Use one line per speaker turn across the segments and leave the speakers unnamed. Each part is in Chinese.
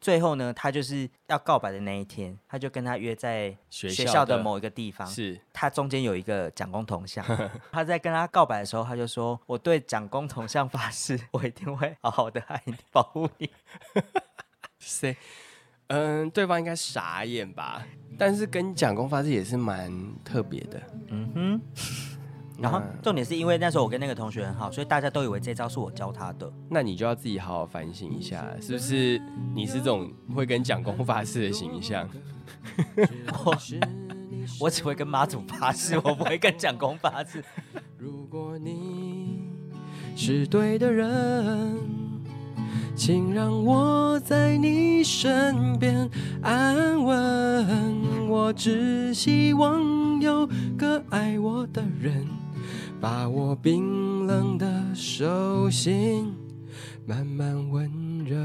最后呢，他就是要告白的那一天，他就跟他约在
学
学
校
校
的
的某一个地方。
是
他中间有一个蒋公铜 像，他在跟他告白的时候，他就说：“我对蒋公铜像发誓，我一定会好好的爱你，保护你。
谁？嗯，对方应该傻眼吧？但是跟蒋公发誓也是蛮特别的。”
嗯哼。然后重点是因为那时候我跟那个同学很好，所以大家都以为这招是我教他 的。
那你就要自己好好反省一下，是不是你是这种会跟蒋公发誓的形象？
我我只会跟妈祖发誓，我不会跟蒋公发誓。
如果你是对的人，请让我在你身边安稳。我只希望有个爱我的人，把我冰冷的手心慢慢温热。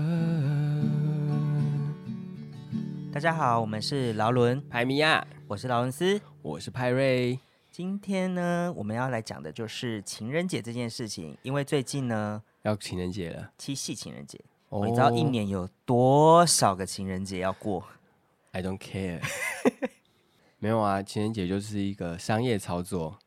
大家好，我们是劳伦，
派米亚，
我是劳伦斯。
我是派瑞。
今天呢，我们要来讲的就是情人节这件事情，因为最近呢，
要情人节了，
七夕情人节，
哦
哦你知道一年有多少个情人节要过？
I don't care 。 没有啊，情人节就是一个商业操作，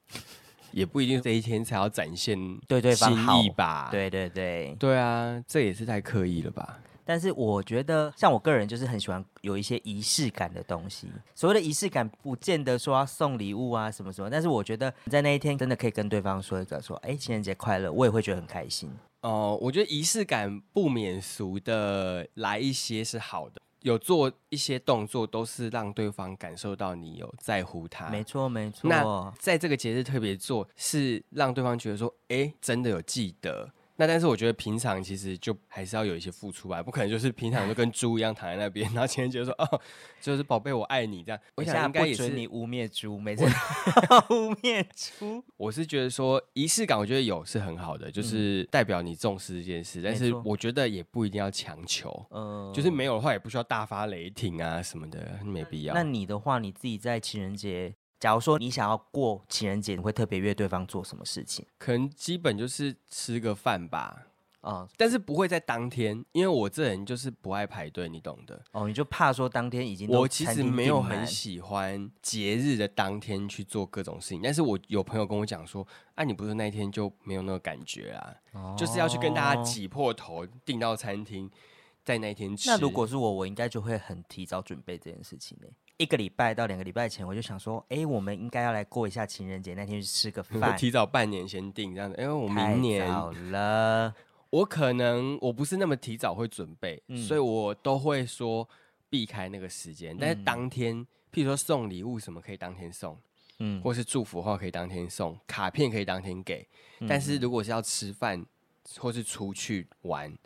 也不一定这一天才要展现
对对方好
心意吧？
对对对，
对啊，这也是太刻意了吧？
但是我觉得，像我个人就是很喜欢有一些仪式感的东西。所谓的仪式感，不见得说要送礼物啊什么什么，但是我觉得在那一天真的可以跟对方说一个说，哎，情人节快乐，我也会觉得很开心。
哦，我觉得仪式感不免俗的来一些是好的，有做一些动作都是让对方感受到你有在乎他。
没错没错，
啊那在这个节日特别做，是让对方觉得说，哎、真的有记得。那但是我觉得平常其实就还是要有一些付出吧，不可能就是平常就跟猪一样躺在那边，然 后情人节说哦，就是宝贝我爱你这样。我
等一下
想应该
不
也
准你
是，
污蔑猪，每次污 蔑猪。
我是觉得说仪式感，我觉得有是很好的，就是代表你重视这件事。但
嗯没
是
错
我觉得也不一定要强求，
呃，
就是没有的话也不需要大发雷霆啊什么的，没必要。
那你的话，你自己在情人节，假如说你想要过情人节，你会特别约对方做什么事情？
可能基本就是吃个饭吧，
哦
但是不会在当天，因为我这人就是不爱排队，你懂的。
哦，你就怕说当天已经都
我其
餐
实
厅
没有
订
很
满
喜欢节日的当天去做各种事情，但是我有朋友跟我讲说，啊，你不是那一天就没有那个感觉啊，就是要去跟大家
哦
挤破头订到餐厅，在那一天吃。
那如 果是我，我应该就会很提早准备这件事情呢、一个礼拜到两个礼拜前，我就想说，哎、我们应该要来过一下情人节，那天去吃个饭。
提早半年先订这样子，因为我
太
明年
早了，
我可能我不是那么提早会准备，
嗯
所以我都会说避开那个时间，但是当天，譬如说送礼物什么可以当天送。
嗯，
或是祝福话可以当天送，卡片可以当天给。
嗯
但是如果是要吃饭或是出去玩，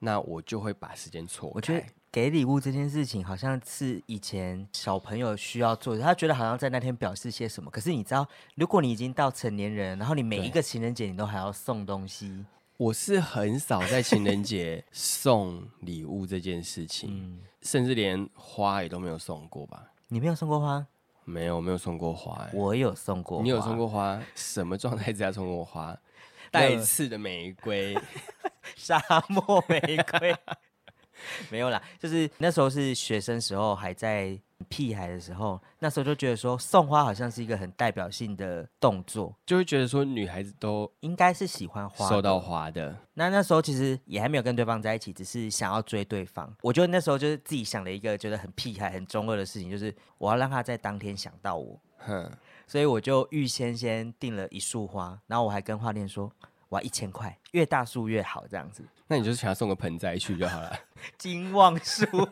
那我就会把时间错开。
我觉得给礼物这件事情，好像是以前小朋友需要做的，他觉得好像在那天表示些什么。可是你知道，如果你已经到成年人，然后你每一
对
个情人节你都还要送东西，
我是很少在情 人节送礼物这件事情，
嗯
甚至连花也都没有送过吧？
你没有送过花，
没有，没有送过花、欸。
我有送过，
你有送？过花？什么状态之下送过 花？带刺的玫瑰，
沙漠玫瑰。 没有啦，就是那时候是学生时候，还在屁孩的时候，那时候就觉得说送花好像是一个很代表性的动作，
就会觉得说女孩子都
应该是喜欢花
收
的
到花的。
那那时候其实也还没有跟对方在一起，只是想要追对方。我觉得那时候就是自己想了一个觉得很屁孩、很中二的事情，就是我要让他在当天想到我，
哼，
所以我就预先先订了一束花，然后我还跟花店说我要一千块，越大束越好，这样子。
那你就是想要送个盆栽去就好了。
金旺树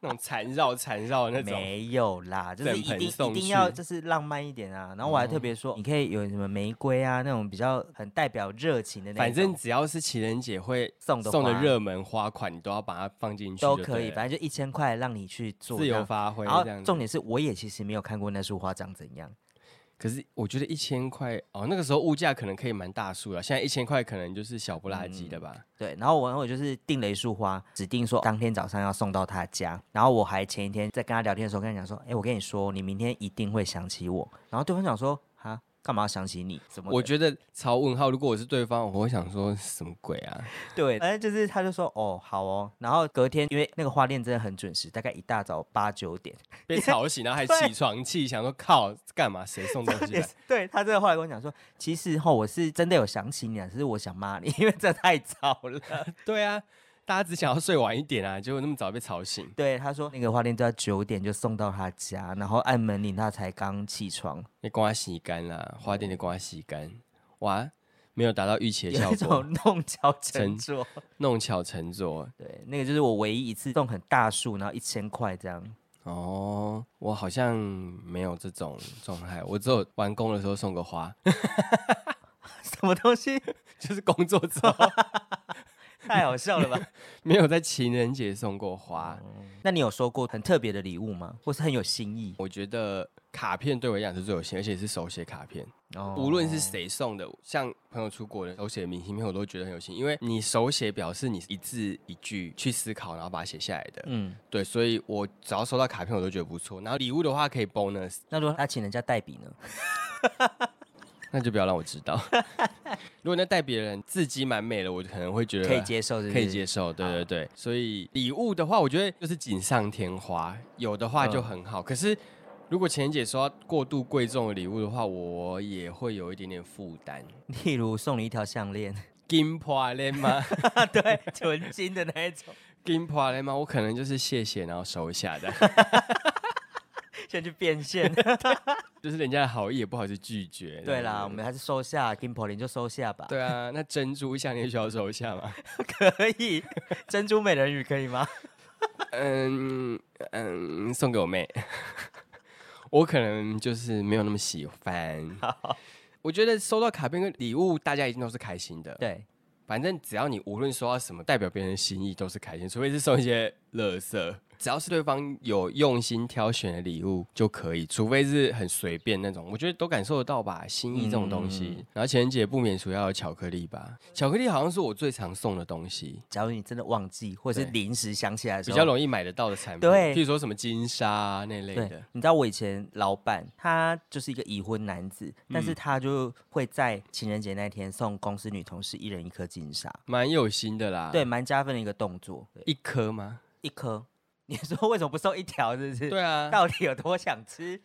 那种缠绕缠绕的那种。
没有啦，就是一
整盆
定一
送
定要
去哦
就是浪漫一点啊。然后我还特别说，你可以有什么玫瑰啊那种比较很代表热情的那种，
反正只要是情人节会
送的
送的
花
热门花款，你都要把它放进去
都
就
可
对
以，
了
反正就一千块让你去做
自
这
由
样
发挥
然后
这样子。
重点是，我也其实没有看过那束花长怎样。
可是我觉得一千块哦，那个时候物价可能可以蛮大数了，现在一千块可能就是小不拉几
嗯
的吧。
对，然后我我就是订了一束花，指定说当天早上要送到他家。然后我还前一天在跟他聊天的时候，跟他讲说，哎，我跟你说，你明天一定会想起我。然后对方讲说，哈，干嘛要想起你？什么的？
我觉得超问号。如果我是对方，我会想说什么鬼啊？
对，反正就是他就说哦好哦，然后隔天因为那个花店真的很准时，大概一大早八九点，
被吵 醒，然后还起床气，想说靠，干嘛？谁送东西
也
来
是？对他真的后来跟我讲说，其实哈我是真的有想起你啊，只是我想骂你，因 为这太早了。
对啊，大家只想要睡晚一点啊，结果那么早被吵醒。
对，他说那个花店都要九点就送到他家，然后按门铃他才刚起床，
你光洗干啦，花店的光洗干，哇，没有达到预期的
有
效
一
果
种，弄巧成
成
拙。
弄巧成拙。
对，那个就是我唯一一次送很大数，然后一千块这样。
哦，我好像没有这种状态，我只有完工的时候送个花，
什么东西？
就是工作之 后
太好笑了 吧？
没有在情人节送过花。
那你有收过很特别的礼物吗？或是很有心意？
我觉得卡片对我来讲是最有心，而且是手写卡片。
哦
无论是谁送的，像朋友出国的手写明信片，我都觉得很有心，因为你手写表示你一字一句去思考，然后把它写下来的。
嗯，
对，所以我只要收到卡片，我都觉得不错。然后礼物的话可以 bonus，
那如果他请人家代笔呢？
那就不要让我 知道。如果那带别人字迹蛮美的，我可能会觉得
可以接受是不是，
可以接受，对对对。所以礼物的话，我觉得就是锦上添花，有的话
嗯
就很好。可是如果情人节收到过度贵重的礼物的话，我也会有一点点负担。
例如送你一条项 链，
金破链吗？
对，纯金的那一种，
金破链吗？我可能就是谢谢，然后收下的，
先去变现。
就是人家的好意也不好意思拒绝。
对啦，我们还是收下金柏林就收下吧，
对啊，那珍珠项链需要收下吗？
可以。珍珠美人鱼可以吗？
嗯嗯，送给我妹， 我可能就是没有那么喜欢。我觉得收到卡片跟礼物，大家一定都是开心的。
对，
反正只要你无论收到什么，代表别人的心意都是开心，除非是送一些垃圾。只要是对方有用心挑选的礼物就可以，除非是很随便那种，我觉得都感受得到吧，心意这种东西。然后情人节不免俗要有巧克力吧，巧克力好像是我最常送的东西，
假如你真的忘记，或者是
对
临时想起来的时
比
候，
较容易买得到的产品，
对
譬如说什么金沙、啊、那类
对
的。，
你知道我以前老板他就是一个已婚男子，但是他就会在情人节那天送公司女同事一人一颗金沙，
蛮有心的啦。
对，，蛮加分的一个动作。对，
一颗吗？
一颗， 你说为什么不送一条？是不是？、
对 啊，
到底有多想吃？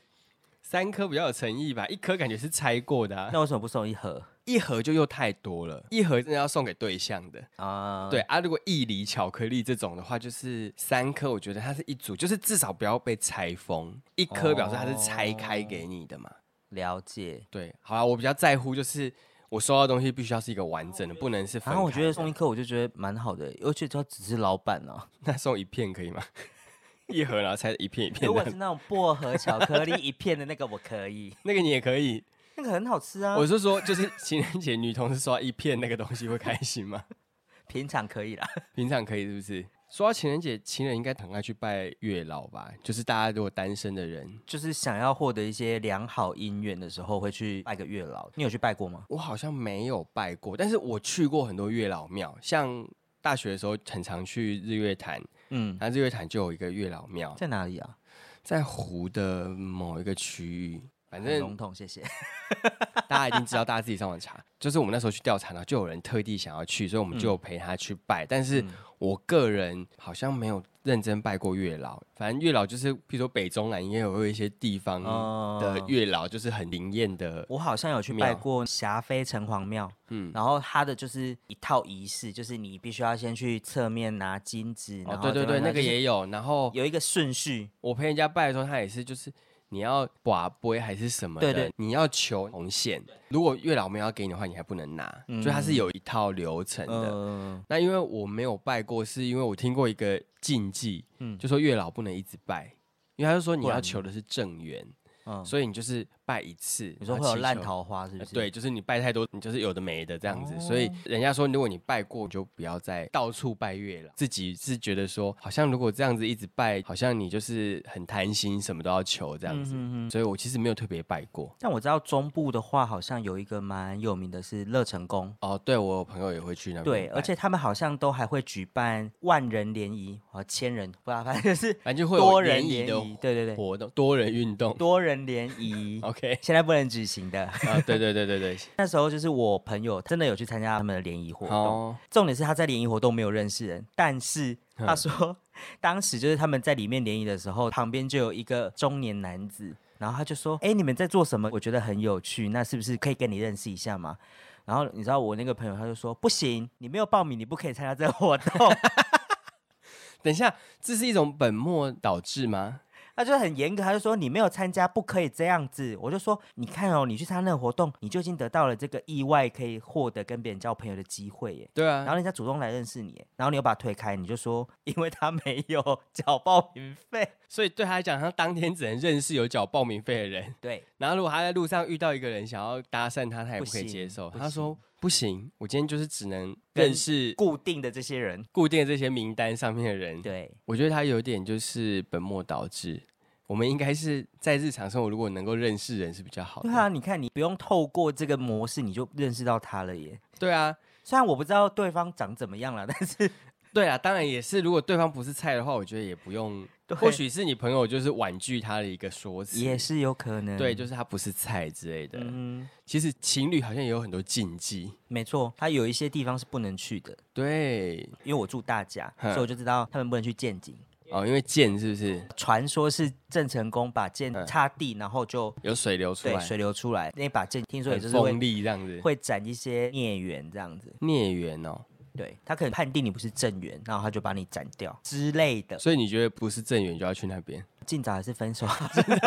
三颗比较有诚意吧，一颗感觉是拆过的、啊，
那为什么不送一盒
一盒就又太多了，一盒真的要送给对象的。
啊？
对，啊，如果一粒巧克力这种的话，就是三颗，我觉得它是一组，就是至少不要被拆封，一颗表示它是拆开给你的嘛。
哦了解。
对，好啦，我比较在乎就是我收到的东西必须要是一个完整的，不能是分
然
开。
后我觉得送一颗我就觉得蛮好的，而且他只是老板哦 呢、
那送一片可以吗？ 一盒然后拆一片一片
如果
的
是，那种薄荷巧克力 一片的那个，我可以，
那个你也可以。
那个很好吃啊。
我是说，就是情人节女同事收到一片那个东西会开心吗？
平常可以啦。
平常可以是不是？说到情人节，情人应该很爱去拜月老吧？就是大家如果单身的人，
就是想要获得一些良好姻缘的时候，会去拜个月老。你有去拜过吗？
我好像没有拜过，但是我去过很多月老庙，像大学的时候很常去日月潭，
嗯，
然后日月潭就有一个月老庙，
在哪里啊？
在湖的某一个区域。反
很笼
正
统，谢谢。
大家一定知道，大家自己上网查。就是我们那时候去调查，然后就有人特地想要去，所以我们就有陪他去拜。但是
嗯
我个人好像没有认真拜过月老，反正月老就是，比如说北中南也有一些地方的
哦，
月老，就是很灵验的。
我好像有去
庙
拜过霞飞城隍庙，
嗯，
然后它的就是一套仪式，就是你必须要先去侧面拿金子，
哦
然，后
对对
怎么
对，
样
那个
就是
也有。然后
有一个顺序。
我陪人家拜的时候，他也是就是你要寡杯还是什么的，
对对
你要求红线。如果月老没有要给你的话，你还不能拿，就它是有一套流程的。
嗯，
那因为我没有拜过，是因为我听过一个禁忌，
嗯
就说月老不能一直拜，因为他就说你
不然
要
呢
求的是正缘，
嗯
所以你就是拜一次，
你说
然
会
后
有
祈
烂
求。
桃花是不
呃
是？
对，，就是你拜太多，你就是有的没的这样子，所以
哦
人家说，如果你拜过，你就不要再到处拜月了。自己是觉得说，好像如果这样子一直拜，好像你就是很贪心，什么都要求这样子。
嗯嗯。
所以我其实没有特别拜过。
但我知道中部的话，好像有一个蛮有名的是乐成宫，
哦，对我有朋友也会去那边
对，
拜，
而且他们好像都还会举办万人联谊和千人，不知道，反正就是
反正就会有
多人
联谊
联
的
谊。对对对，
活动，多人运动。
多人联谊
OK， OK，
现在不能举行的。
啊，对对对对对，
那时候就是我朋友真的有去参加他们的联谊活动，
好，
重点是他在联谊活动没有认识人，但是他说当时就是他们在里面联谊的时候，旁边就有一个中年男子，然后他就说：“哎、你们在做什么？我觉得很有趣，那是不是可以跟你认识一下嘛？”然后你知道我那个朋友他就说：“不行，你没有报名，你不可以参加这个活动。
等一下，这是一种本末倒置吗？”
他就很严格，他就说：“你没有参加，不可以这样子。”我就说：“你看哦，你去参加那个活动，你就已经得到了这个意外可以获得跟别人交朋友的机会耶。”
对
然
啊，
后人家主动来认识你，然后你又把他推开，你就说因为他没有 缴报名 费。
所以对他来讲，他当天只能认识有缴报名费的人。
对，
然后如果他在路上遇到一个人想要搭讪他，他也
不
不可以
行
接受。
不
他说不行，我今天就是只能
跟
认识
固定的这些人，
固定的这些名单上面的人。
对，
我觉得他有点就是本末倒置。我们应该是在日常生活，如果能够认识人是比较好的。
对啊，你看你不用透过这个模式，你就认识到他了耶。
对啊，
虽然我不知道对方长怎么样了， 但是
对啊，当然也是，如果对方不是菜的话，我觉得也不用。
对
或许是你朋友就是婉拒他的一个说辞，
也是有可能。
对，就是他不是菜之类的。
嗯，
其实情侣好像也有很多禁忌，
没错，他有一些地方是不能去的，
对，
因为我住大甲，
哼
所以我就知道他们不能去剑井。
哦，因为剑是不是
传说是郑成功把剑
嗯
插地，然后就
有水流出
对
来，
水流出来，那把剑听说也
很
就是会
锋利这样子，
会斩一些孽缘这样子。
孽缘哦。
对他可能判定你不是正缘，然后他就把你斩掉之类的。
所以你觉得不是正缘就要去那边？
尽早还是分手？啊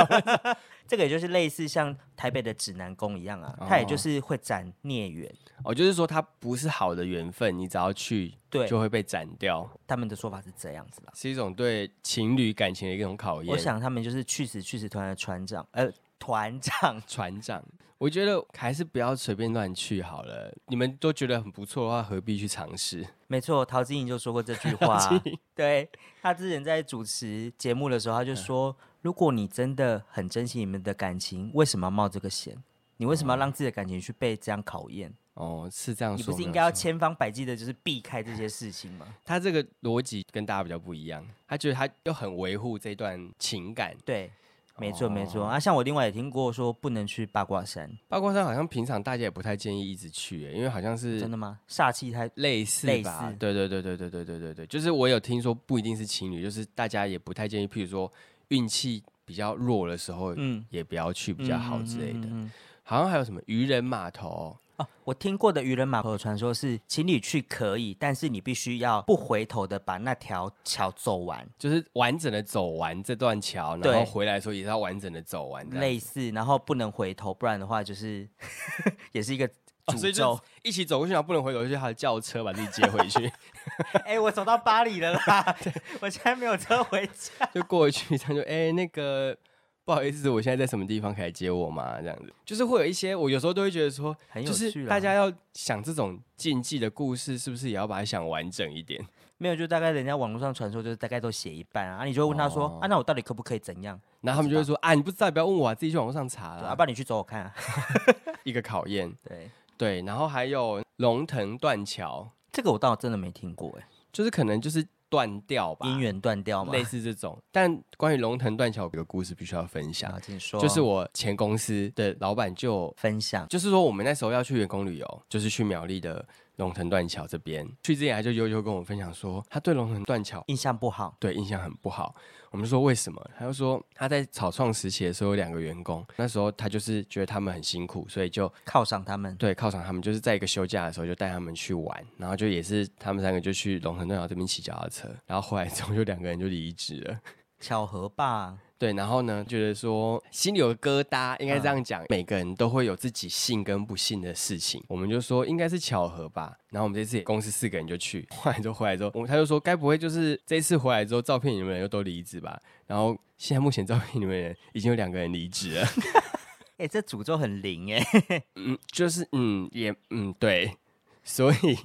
这个也就是类似像台北的指南宫一样啊，他也
哦
就是会斩孽缘。
哦，就是说它不是好的缘分，你只要去
对，
就会被斩掉，
他们的说法是这样子啦。
是一种对情侣感情的一种考验。
我想他们就是去死去死团的船长，呃，团长
船长，我觉得还是不要随便乱去好了。你们都觉得很不错的话，何必去尝试？
没错，陶晶莹就说过这句话啊。对他之前在主持节目的时候，他就
嗯
说：“如果你真的很珍惜你们的感情，为什么要冒这个险？你为什么要让自己的感情去被这样考验？”
哦，是这样
你
说。
不是应
没有
该要
错
千方百计的，就是避开这些事情吗？
他这个逻辑跟大家比较不一样，他觉得他又很维护这段情感。
对，没错没
哦
错。啊，像我另外也听过说不能去八卦山，
八卦山好像平常大家也不太建议一直去耶，因为好像是
真的吗？煞气太……
类似
类
吧
似？
对对对对对对对对对，就是我有听说不一定是情侣，就是大家也不太建议，譬如说运气比较弱的时候，
嗯，
也不要去比较好
嗯
之类的。
嗯嗯嗯
好像还有什么渔人码头，
哦，我听过的渔人码头的传说是，情侣去可以，但是你必须要不回头的把那条桥走完，
就是完整的走完这段桥，然
对
后回来的时候也是要完整的走完这样。
类似，然后不能回头，不然的话就是 也是一个
哦所
诅
以就
咒
是。一起走过去，然后不能回头，就是他的轿车把自己接回去，
哎、我走到巴黎了啦， 我现在没有车回家。
就过去，他就哎、那个不好意思，我现在在什么地方可以来接我吗？这样子，就是会有一些我有时候都会觉得说，
很有
就
趣啦，啊
是大家要想这种禁忌的故事，是不是也要把它想完整一点？
没有，就大概人家网络上传说就是大概都写一半啊，啊你就会问他说、
哦
啊，那我到底可不可以怎样？
然后他们就会说啊，你不知道，不要问我、啊，自己去网络上查
对啊，
啦。
不然你去走我看啊。
一个考验，
对，
对，然后还有龙腾断桥，
这个我倒真的没听过哎、
就是可能就是断掉吧，
姻缘断掉嘛。
类似这种。但关于龙腾断桥有个故事必须要分享
啊，，请说，
就是我前公司的老板就有
分享
就是说我们那时候要去员工旅游，就是去苗栗的龙腾断桥这边。去之前他就悠悠跟我分享说，他对龙腾断桥
印象不好，
对印象很不好。我们就说为什么？他就说他在草创时期的时候有两个员工，那时候他就是觉得他们很辛苦，所以就
犒赏他们。
对，犒赏他们就是在一个休假的时候就带他们去玩，然后就也是他们三个就去龙腾断桥这边骑脚踏车，然后回来之后就两个人就离职了。
巧合吧？
对，然后呢，觉得说心里有个疙瘩，应该这样讲，每个人都会有自己信跟不信的事情，我们就说应该是巧合吧。然后我们这次也公司四个人就去，后来就回来之后，我们他就说该不会就是这次回来之后，照片里面的人又都离职吧？然后现在目前照片里面的人已经有两个人离职了，
哎、这诅咒很灵哎、
嗯，就是嗯也嗯对，所以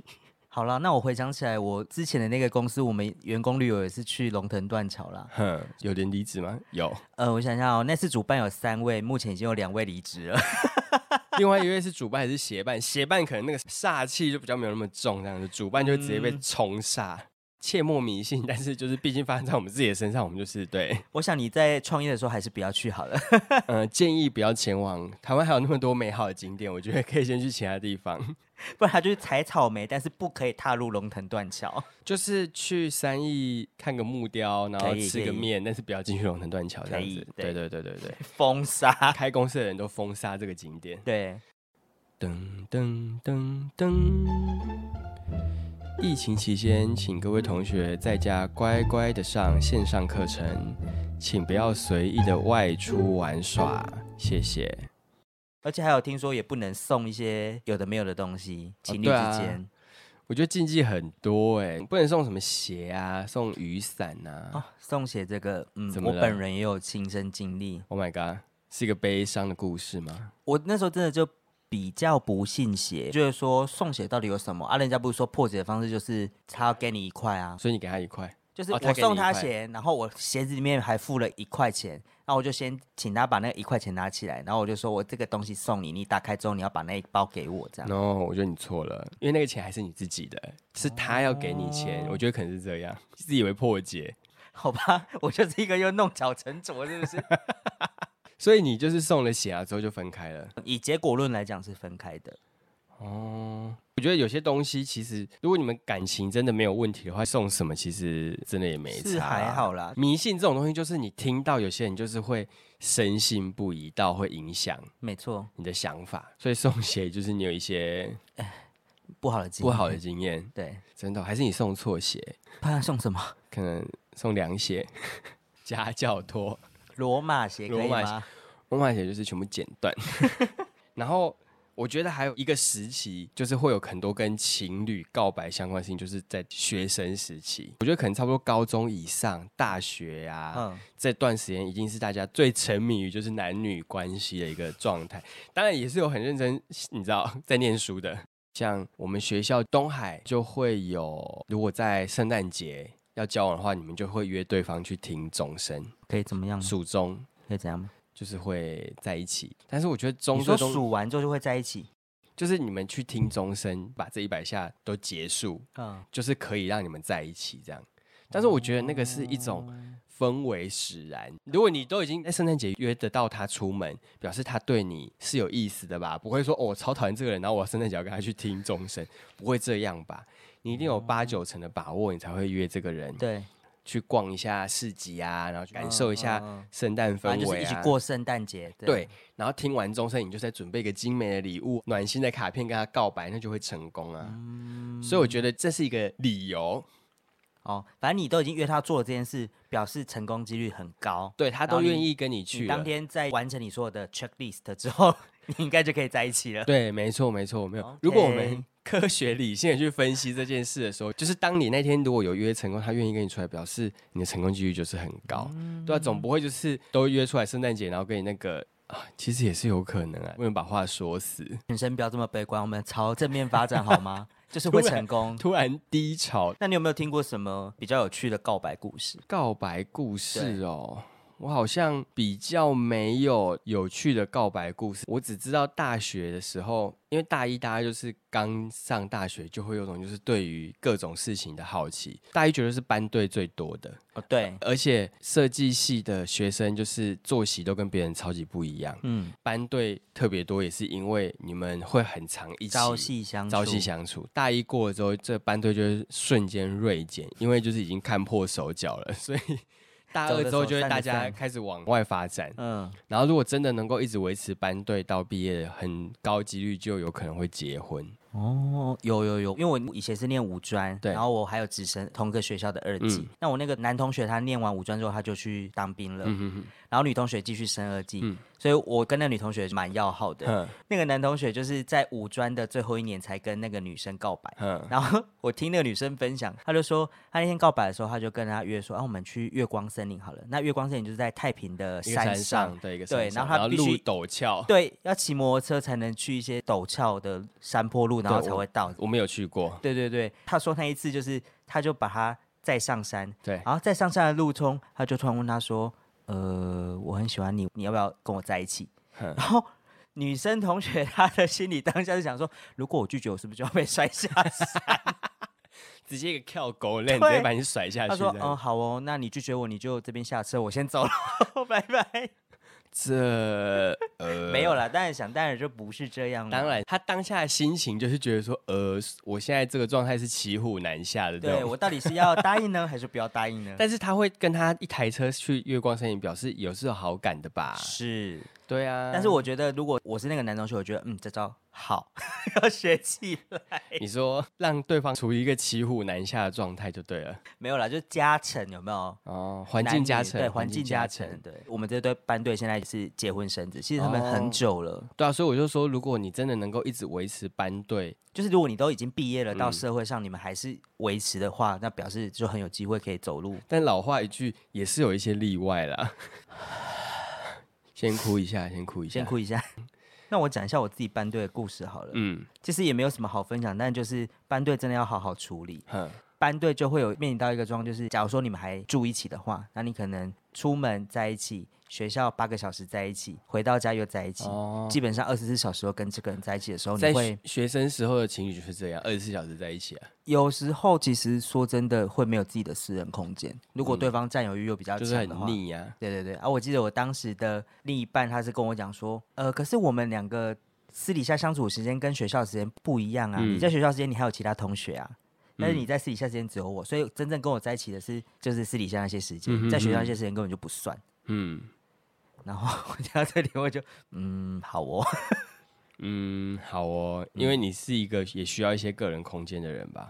好了，那我回想起来，我之前的那个公司，我们员工旅游也是去龙腾断桥啦。
哼，有人离职吗？有，
呃，我想想哦，那次主办有三位，目前已经有两位离职了。
另外一位是主办还是协办？协办可能那个煞气就比较没有那么重，这样子，主办就会直接被
嗯
冲煞。切莫迷信，但是就是毕竟发生在我们自己的身上，我们就是对，
我想你在创业的时候还是不要去好了。
呃，建议不要前往台湾，还有那么多美好的景点，我觉得可以先去其他地方，
不然他就是采草莓，但是不可以踏入龙腾断桥。
就是去三义看个木雕，然后
可以
吃
可
个
以
面，但是不要进去龙腾断桥这
可
样
以
子。
对
对对对对对，
封杀。
开公司的人都封杀这个景点。
对，
噔噔噔噔。疫情期间，请各位同学在家乖乖的上线上课程，请不要随意的外出玩耍，谢谢。
而且还有听说也不能送一些有的没有的东西，情侣
对啊
之间。
我觉得禁忌很多哎、不能送什么鞋啊，送雨伞啊呐、
哦，送写这个，嗯
怎，么
我
了
本人也有亲身经历。
Oh my god，是一个悲伤的故事吗？
我那时候真的就比较不信邪，就是说送血到底有什么啊？人家不是说破解的方式就是他要给你一块啊，
所以你给他一块，
就是
哦他
我
给你
送
一
他
块
鞋，然后我鞋子里面还付了一块钱，那我就先请他把那一块钱拿起来，然后我就说我这个东西送你，你打开之后你要把那一包给我这样。
no，我觉得你错了，因为那个钱还是你自己的，是他要给你钱，我觉得可能是这样，自以为破解，
好吧， 我就是一个又弄巧成拙，是不是？
所以你就是送了血啊之后就分开了。
以结果论来讲是分开的，
哦，我觉得有些东西其实，如果你们感情真的没有问题的话，送什么其实真的也没差，啊
是还。好啦。
迷信这种东西，就是你听到有些人就是会深信不疑到会影响
没错，
你的想法，所以送鞋就是你有一些
不好的经
不
验
好的经验，
对，
真的还是你送错鞋，
怕他送什么？
可能送凉鞋、 家教拖、
罗马鞋可
罗
以
马
吗？
我买鞋就是全部剪断。然后我觉得还有一个时期，就是会有很多跟情侣告白相关的事情，就是在学生时期。我觉得可能差不多高中以上、大学呀、
嗯，
这段时间，一定是大家最沉迷于就是男女关系的一个状态。当然也是有很认真，你知道在念书的，像我们学校东海就会有，如果在圣诞节。要交往的话，你们就会约对方去听钟声、
可以怎么样吗？
数钟，
可以怎样吗？
就是会在一起。但是我觉得
你
钟这
说
东，
数完之后就会在一起？
就是你们去听钟声，把这一百下都结束，
嗯，
就是可以让你们在一起这样。但是我觉得那个是一
哦
种氛围使然。如果你都已经在圣诞节约得到他出门，表示他对你是有意思的吧？不会说哦，我超讨厌这个人，然后我圣诞节要跟他去听钟声，不会这样吧？你一定有八九成的把握，你才会约这个人
嗯对，
去逛一下市集啊，然后去感受
嗯
一下
嗯嗯
圣诞氛
反正就
围、
是
啊，
一起过圣诞节。
对，然后听完钟声，你就再准备一个精美的礼物、暖心的卡片跟他告白，那就会成功啊。
嗯
所以我觉得这是一个理由，
哦，反正你都已经约他做了这件事，表示成功几率很高。
对他
然后
都愿
你
意跟你去
你
了。
当天在完成你所有的 checklist 之后， 你应该就可以在一起了。
对，没错，没错，没有。如果我
OK
们科学理性的去分析这件事的时候，就是当你那天如果有约成功，他愿意跟你出来，表示你的成功几率就是很高，
嗯
对啊，总不会就是都约出来圣诞节，然后跟你那个啊，其实也是有可能啊，不能把话说死。
人生不要这么悲观，我们朝正面发展好吗？就是会
突然
成功。
突然低潮，
那你有没有听过什么比较有趣的告白故事？
告白故事哦，我好像比较没有有趣的告白故事，我只知道大学的时候，因为大一大家就是刚上大学，就会有种就是对于各种事情的好奇。大一绝对是班队最多的，
哦，对，
而且设计系的学生就是作息都跟别人超级不一样，
嗯，
班队特别多，也是因为你们会很常一起
朝夕相处，
朝夕相处。大一过了之后，这班队就会瞬间锐减，因为就是已经看破手脚了， 所以大
走
二
的
之后
走
就会
散
大
的
家
散
开始往外发展。
嗯，
然后如果真的能够一直维持班队到毕业，很高几率就有可能会结婚。
哦，有有有，因为我以前是念五专，
对
然后我还有直升同个学校的二技。
嗯
那我那个男同学他念完五专之后，他就去当兵了，
嗯
然后女同学继续升二技，
嗯
所以我跟那女同学蛮要好的。
哼
那个男同学就是在五专的最后一年才跟那个女生告白。
哼，
然后我听那个女生分享，她就说，她那天告白的时候，她就跟她约说，啊，我们去月光森林好了。那月光森林就是在太平的
一个山
上，
上对一个
对
山上
然后他必须
路陡峭，
对，要骑摩托车才能去一些陡峭的山坡路，然后才会到。
我们有去过。
对对对，他说那一次就是，他就把他载上山，
对，
然后在上山的路中，他就突然问他说：“呃，我很喜欢你，你要不要跟我在一起？”
哼
然后女生 同学她的心里当下就想说：“如果我拒绝，我是不是就要被摔下山？”
直接一个跳狗链，直
对
接把你甩下
他
去
说：“嗯，
这样。
好哦，那你拒绝我，你就这边下车，我先走了，拜拜。
这呃
没有啦，当然想当然就不是这样嘛。
当然，他当下的心情就是觉得说，呃，我现在这个状态是骑虎难下的这
对
种。
我到底是要答应呢，还是不要答应呢？
但是他会跟他一台车去月光森林，表示有是有好感的吧？
是，
对啊。
但是我觉得如果我是那个男同学，我觉得嗯，这招好， 要学起来。
你说让对方处于一个骑虎难下的状态就对了。
没有啦，就加成有没有？
哦，环
男
境
女
加成，
对环境加成，。对我们这对班队现在是结婚生子，其实他们
哦
很久了。
对啊，所以我就说，如果你真的能够一直维持班队，
就是如果你都已经毕业了，到
嗯
社会上你们还是维持的话，那表示就很有机会可以走路。
但老话一句，也是有一些例外啦。先哭一下，先哭一下，
先。哭一下。 那我讲一下我自己班队的故事好了。
嗯，
其实也没有什么好分享，但就是班队真的要好好处理。
哼，
班队就会有面临到一个状况，就是假如说你们还住一起的话，那你可能出门在一起，学校八个小时在一起，回到家又在一起，
哦，
基本上二十四小时都跟这个人在一起的时候，
在
你
学
会
学生时候的情侣就是这样，二十四小时在一起啊，
有时候其实说真的会没有自己的私人空间。如果对方占有欲又比较
嗯就是
强
很
的话，
腻呀、
对对对啊！我记得我当时的另一半，他是跟我讲说，呃，可是我们两个私底下相处的时间跟学校的时间不一样啊。
嗯
你在学校时间你还有其他同学啊，但是
嗯
你在私底下时间只有我，所以真正跟我在一起的是就是私底下那些时间，
嗯哼
在学校
哼
那些时间根本就不算。
嗯
然后我听到这里，我就嗯，好哦，
嗯，好哦，因为你是一个也需要一些个人空间的人吧？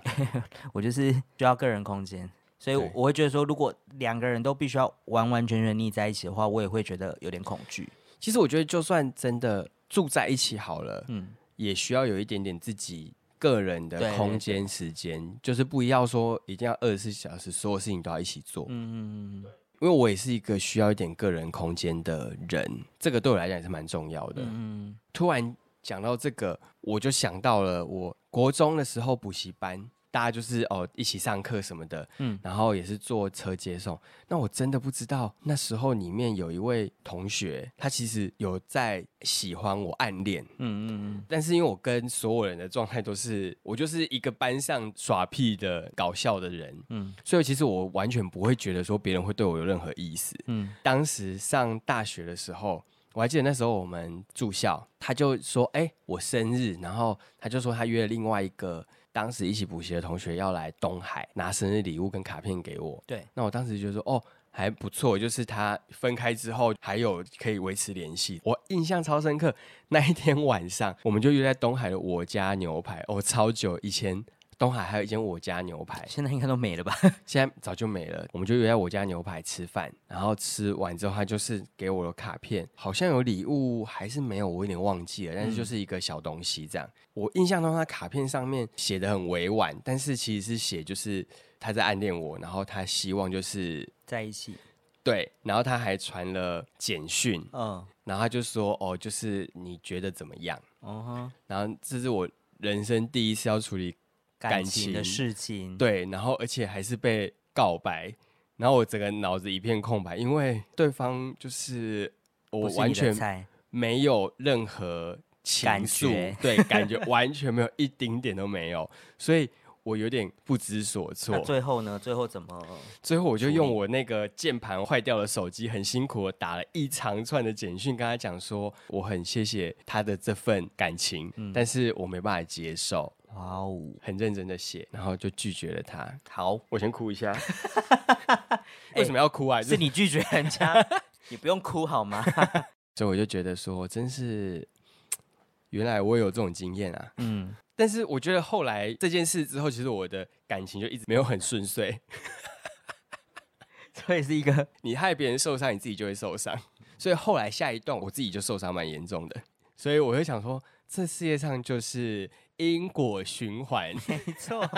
我就是需要个人空间。所以
对
我会觉得说，如果两个人都必须要完完全全腻在一起的话，我也会觉得有点恐惧。
其实我觉得，就算真的住在一起好了，
嗯，
也需要有一点点自己个人
对
的
对
空间时间，就是不要说一定要二十四小时所有事情都要一起做。
嗯，
因为我也是一个需要一点个人空间的人，这个对我来讲也是蛮重要的。
嗯，
突然讲到这个，我就想到了我国中的时候补习班，大家就是哦一起上课什么的，嗯
嗯，
然后也是坐车接送。那我真的不知道那时候里面有一位同学，他其实有在喜欢我暗恋。
嗯嗯嗯
但是因为我跟所有人的状态都是，我就是一个班上耍屁的搞笑的人，
嗯
所以其实我完全不会觉得说别人会对我有任何意思。
嗯
当时上大学的时候，我还记得那时候我们住校，他就说：“哎、我生日。”然后他就说他约了另外一个当时一起补习的同学要来东海拿生日礼物跟卡片给我。
对，
那我当时就说：“哦。”还不错，就是他分开之后还有可以维持联系。我印象超深刻，那一天晚上我们就约在东海的我家牛排，哦，超久。以前东海还有一间我家牛排，
哎现在应该都没了吧？
现在早就没了，我们就约在我家牛排吃饭，然后吃完之后，他就是给我的卡片，好像有礼物还是没有，我有点忘
嗯
记了，但是就是一个小东西这样。我印象中他卡片上面写的很委婉，但是其实是写就是他在暗恋我，然后他希望就是
在一起，
对，然后他还传了简讯，
嗯，
然后他就说哦，就是你觉得怎么样？
哦哈，
然后这是我人生第一次要处理感
感情的
情
事情，，
对，然后而且还是被告白，然后我整个脑子一片空白，因为对方就是我
不是
完
你的
全
菜，
没有任何情
感
愫
觉，
对，感 觉完全没有一丁点都没有，所以我有点不知所
那
措。
最后呢？最后怎么？
最后我就
处
用
理
我那个键盘坏掉的手机，很辛苦的打了一长串的简讯，跟他讲说我很谢谢他的这份感情，
嗯
但是我没办法接受，
哇哦，
很认真的写，然后就拒绝了他。
好，
我先哭一 下。为什么要哭啊？哎就是 是，
你拒绝人家， 你不用哭好吗？
所以我就觉得说，真是，原来我有这种经验啊。
嗯，
但是我觉得后来这件事之后，其实我的感情就一直没有很顺遂。
所以是一个
你害别人受伤，你自己就会受伤。所以后来下一段我自己就受伤蛮严重的。所以我会想说，这世界上就是因果循环。
没错。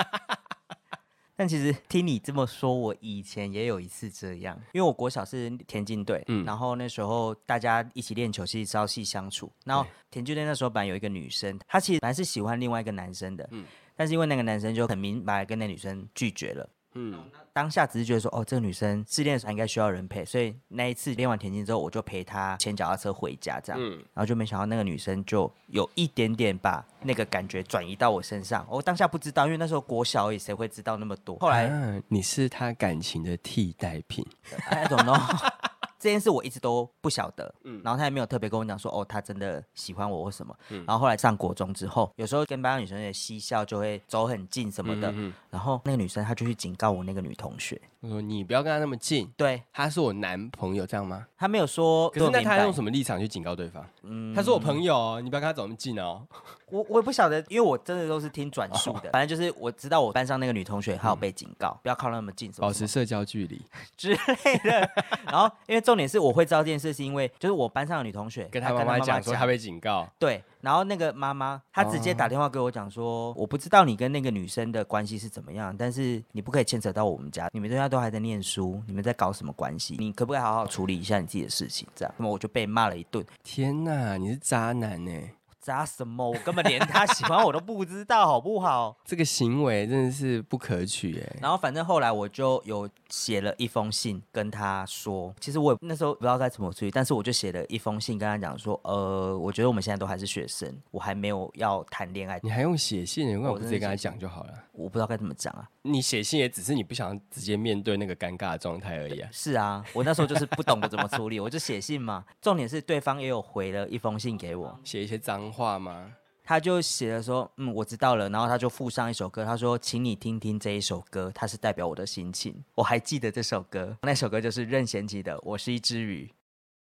但其实听你这么说，我以前也有一次这样，因为我国小是田径队，
嗯
然后那时候大家一起练球，其实朝夕相处。然后
对
田径队那时候本来有一个女生，她其实本来是喜欢另外一个男生的，
嗯
但是因为那个男生就很明白跟那女生拒绝了，
嗯，
当下只是觉得说，哦，这个女生失恋的时候应该需要人陪，所以那一次练完田径之后，我就陪她牵脚踏车回家，这样。
嗯
然后就没想到那个女生就有一点点把那个感觉转移到我身上，我当下不知道，因为那时候国小也谁会知道那么多。后来
啊，你是他感情的替代品。
I don't know 这件事我一直都不晓得，
嗯
然后他也没有特别跟我讲说，哦，他真的喜欢我或什么。然后后来上国中之后，有时候跟班上女生也嬉笑，就会走很近什么的。
嗯嗯嗯
然后那个女生她就去警告我那个女同学，
我说你不要跟他那么近，
对
他是我男朋友，这样吗？
她没有说
可
对
是
我
那
明白，
他用什么立场去警告对方？
嗯
他是我朋友哦，你不要跟他走那么哦近哦。
我我也不晓得，因为我真的都是听转述的。反正就是我知道我班上那个女同学她有被警告，不要靠那么近什么
保
什么
持社交距离，
之类的。然后因为重点是我会知道这件事，是因为就是我班上的女同学
跟
她
他妈妈讲说哦他被警告。
对，然后那个妈妈她直接打电话给我讲说，我不知道你跟那个女生的关系是怎么样，但是你不可以牵扯到我们家，你们现在都还在念书，你们在搞什么关系？你可不可以好好处理一下你自己的事情？这样，那么我就被骂了一顿。
天哪，你是渣男欸呢！
渣什么？我根本连她 喜欢我都不知道，好不好？
这个行为真的是不可取哎。
然后反正后来我就有写了一封信跟他说，其实我也那时候不知道该怎么处理，但是我就写了一封信跟他讲说，呃，我觉得我们现在都还是学生，我还没有要谈恋爱，
你还用写信？你为什么
我
不
真
直
的
接跟他
写信
讲就好了？
我不知道该怎么讲啊。
你写信也只是你不想直接面对那个尴尬的状态而 已啊。
是啊，我那时候就是不懂得怎么处理，我就写信嘛。重点是对方也有回了一封信给我，
写一些脏话吗？
他就写了说，嗯，我知道了，然后他就附上一首歌，他说，请你听听这一首歌，它是代表我的心情，我还记得这首歌，那首歌就是任贤齐的《我是一只鱼》。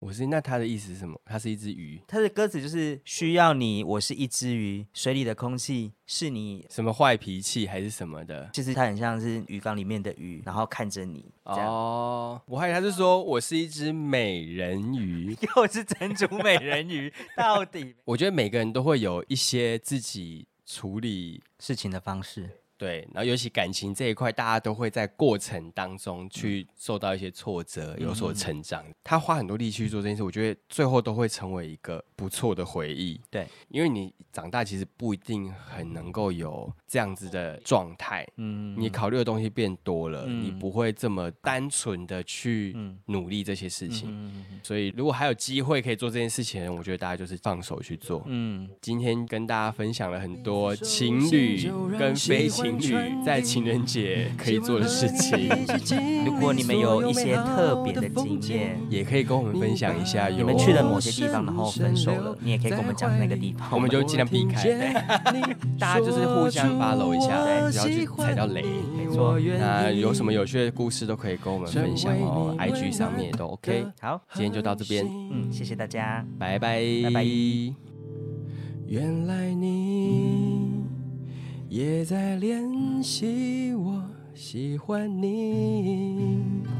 我是那他的意思是什么？他是一只鱼，
它的歌词就是需要你，我是一只鱼，水里的空气是你。
什么坏脾气还是什么的？
其实它很像是鱼缸里面的鱼，然后看着你，这样、
哦，我还以为他是说我是一只美人鱼。
又是珍珠美人鱼，到底
我觉得每个人都会有一些自己处理
事情的方式。
对，然后尤其感情这一块，大家都会在过程当中去
嗯
受到一些挫折，有所成长。他花很多力气去做这件事，我觉得最后都会成为一个不错的回忆。
对，
因为你长大其实不一定很能够有这样子的状态，
嗯，
你考虑的东西变多了，
嗯
你不会这么单纯的去
嗯
努力这些事情。
嗯嗯
所以，如果还有机会可以做这件事情的人，我觉得大家就是放手去做。
嗯，
今天跟大家分享了很多情侣跟非情侣在情人节可以做的事情，
如果你们有一些特别的经验，
也可以跟我们分享一下。
你
有
们去了某些地方，然后分手了，你也可以跟我们讲那个地方。
我们就尽量避开，大家就是互相 follow 一下，
对
不要去踩到雷。
没错。
那有什么有趣的故事都可以跟我们分享哦，IG 上面也都 OK。
好，
今天就到这边，
嗯，谢谢大家。
拜拜，
拜拜
原来你也在练习，我喜欢你。